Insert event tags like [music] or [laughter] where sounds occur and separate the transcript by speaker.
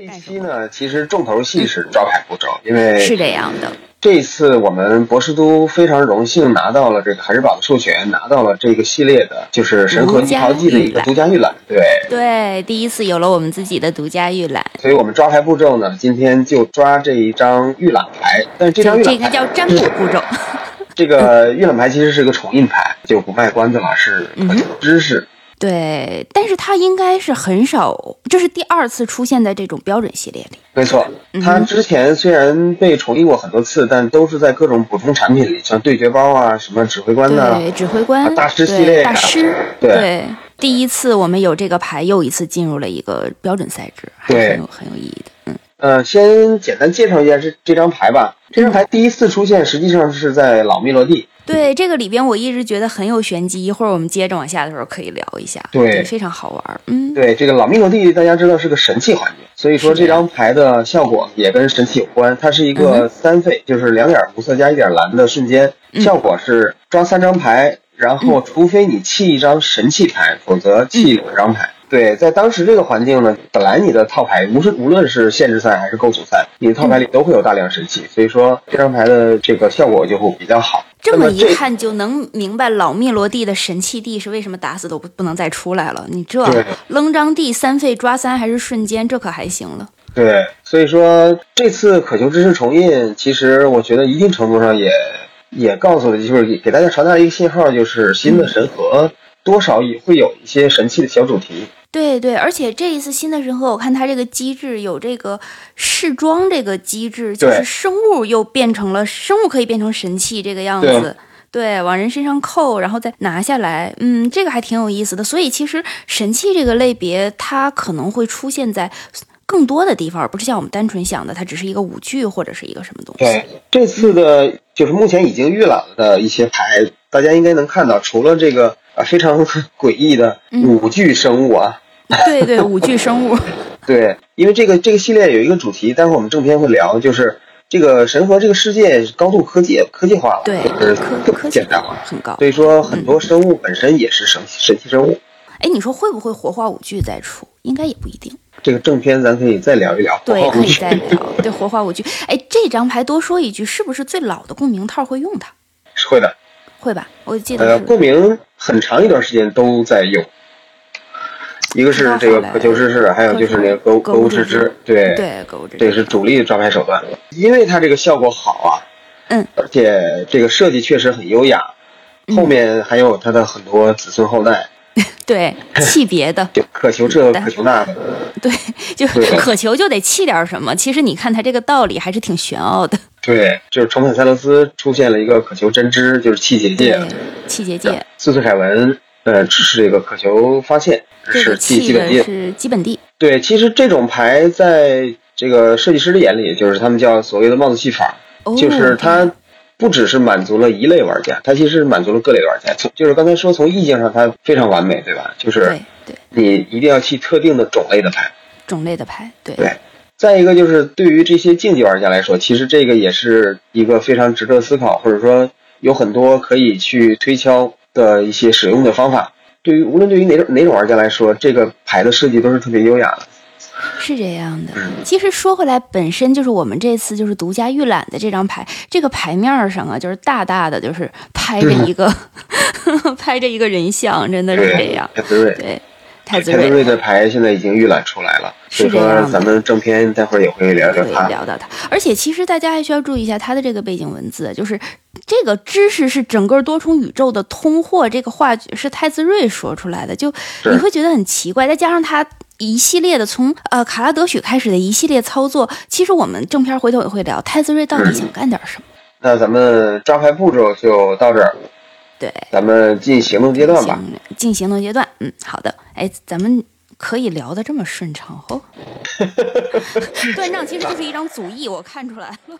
Speaker 1: 一期呢，其实重头戏是招牌步骤，因为
Speaker 2: 是这样的。
Speaker 1: 这一次我们博士都非常荣幸拿到了这个海之宝的授权，拿到了这个系列的，就是《神河一条记》的一个独家预览。对
Speaker 2: 对，第一次有了我们自己的独家预览，
Speaker 1: 所以我们抓牌步骤呢，今天就抓这一张预览牌，但是这张预览
Speaker 2: 这个叫占卜步骤。
Speaker 1: 这个预览牌其实是个重印牌，就不卖关子了，是科学知识。嗯
Speaker 2: 对，但是它应该是很少，这是第二次出现在这种标准系列里。
Speaker 1: 没错，
Speaker 2: 嗯
Speaker 1: 它之前虽然被重印过很多次，但都是在各种补充产品里，像对决包啊、什么指挥官呐、啊、
Speaker 2: 对指挥官、啊、
Speaker 1: 大师系列、
Speaker 2: 大师，
Speaker 1: 对。
Speaker 2: 对第一次我们有这个牌，又一次进入了一个标准赛制，还是很有很有意义的。嗯，
Speaker 1: 呃，先简单介绍一下这这张牌吧。这张牌第一次出现，实际上是在老密罗蒂。
Speaker 2: 对这个里边，我一直觉得很有玄机。一会儿我们接着往下的时候可以聊一下，
Speaker 1: 对，
Speaker 2: 对非常好玩。嗯，
Speaker 1: 对这个老密罗蒂，大家知道是个神器环节，所以说这张牌的效果也跟神器有关。它是一个三费，嗯、就是两点无色加一点蓝的瞬间，嗯、效果是抓三张牌，然后除非你弃一张神器牌，嗯、否则弃两张牌。对，在当时这个环境呢，本来你的套牌，无论无论是限制赛还是构筑赛，你的套牌里都会有大量神器，所以说这张牌的这个效果就会比较好。
Speaker 2: 这么一看就能明白老密罗蒂的神器地是为什么打死都不不能再出来了。你这扔张地三费抓三还是瞬间，这可还行了。
Speaker 1: 对，所以说这次渴求知识重印，其实我觉得一定程度上也也告诉了，就是给大家传达一个信号，就是新的神盒、嗯、多少也会有一些神器的小主题。
Speaker 2: 对对，而且这一次新的人和我看它这个机制有这个试装这个机制，就是生物又变成了生物可以变成神器这个样子，对,对，往人身上扣，然后再拿下来，嗯，这个还挺有意思的。所以其实神器这个类别，它可能会出现在。更多的地方，而不是像我们单纯想的，它只是一个舞剧或者是一个什么东西。
Speaker 1: 对，这次的就是目前已经预览的一些牌，大家应该能看到，除了这个啊非常诡异的舞剧生物啊，
Speaker 2: 嗯、对对，舞剧
Speaker 1: [laughs]
Speaker 2: 生物，
Speaker 1: 对，因为这个这个系列有一个主题，待会儿我们正片会聊，就是这个神和这个世界高度科技科技化了，
Speaker 2: 对，
Speaker 1: 就是
Speaker 2: 科
Speaker 1: 简单了，
Speaker 2: 很高，
Speaker 1: 所以说很
Speaker 2: 嗯
Speaker 1: 多生物本身也是神、嗯、神奇生物。
Speaker 2: 哎，你说会不会活化舞剧再出？应该也不一定。
Speaker 1: 这个正片咱可以再聊一聊，
Speaker 2: 对，可以再聊。
Speaker 1: [laughs]
Speaker 2: 对，活化舞剧，哎，这张牌多说一句，是不是最老的共鸣套会用它？
Speaker 1: 是会的，
Speaker 2: 会吧？我记得。
Speaker 1: 呃，共鸣很长一段时间都在用，一个是这个渴求知识，还有就是那个格格物致知，对
Speaker 2: 对，格物致知，
Speaker 1: 这是主力招牌手段。因为它这个效果好
Speaker 2: 啊，嗯，
Speaker 1: 而且这个设计确实很优雅，后面还有它的很多子孙后代。 [laughs]
Speaker 2: 对，气别的，
Speaker 1: 就渴求这个，渴求那个，
Speaker 2: 对，就渴求就得气点什么。其实你看他这个道理还是挺玄奥的。
Speaker 1: 对，就是重返塞勒斯出现了一个渴求真知，就是气结界，
Speaker 2: 气结界。
Speaker 1: 四岁凯文，呃，是这个渴求发现，是
Speaker 2: 气
Speaker 1: 基本地，
Speaker 2: 是基本地。
Speaker 1: 对，其实这种牌在这个设计师的眼里，就是他们叫所谓的帽子戏法，
Speaker 2: 哦、
Speaker 1: 就是他。不只是满足了一类玩家，它其实满足了各类玩家。从就是刚才说，从意境上它非常完美，对吧？就是你一定要弃特定的种类的牌，
Speaker 2: 种类的牌，对。
Speaker 1: 对。再一个就是对于这些竞技玩家来说，其实这个也是一个非常值得思考，或者说有很多可以去推敲的一些使用的方法。对于无论对于哪种哪种玩家来说，这个牌的设计都是特别优雅的。
Speaker 2: 是这样的，其实说回来，本身就是我们这次就是独家预览的这张牌，这个牌面上啊，就是大大的就是拍着一个， [laughs] 嗯、拍着一个人像，真的是这样。
Speaker 1: 太子睿，
Speaker 2: 对，
Speaker 1: 太
Speaker 2: 子睿
Speaker 1: 的牌现在已经预览出来了，所以说咱们正片待会儿也会聊聊它，
Speaker 2: 聊到它。而且其实大家还需要注意一下它的这个背景文字，就是这个知识是整个多重宇宙的通货，这个话是太子睿说出来的，就你会觉得很奇怪，再加上他。一系列的从呃卡拉德许开始的一系列操作，其实我们正片回头也会聊泰兹瑞到底想干点什么。嗯、
Speaker 1: 那咱们抓牌步骤就到这儿，
Speaker 2: 对，
Speaker 1: 咱们进行动阶段吧。
Speaker 2: 进行动阶段，嗯，好的。哎，咱们可以聊 [laughs] 得这么顺畅哦。断账其实就是一张阻意，我看出来了。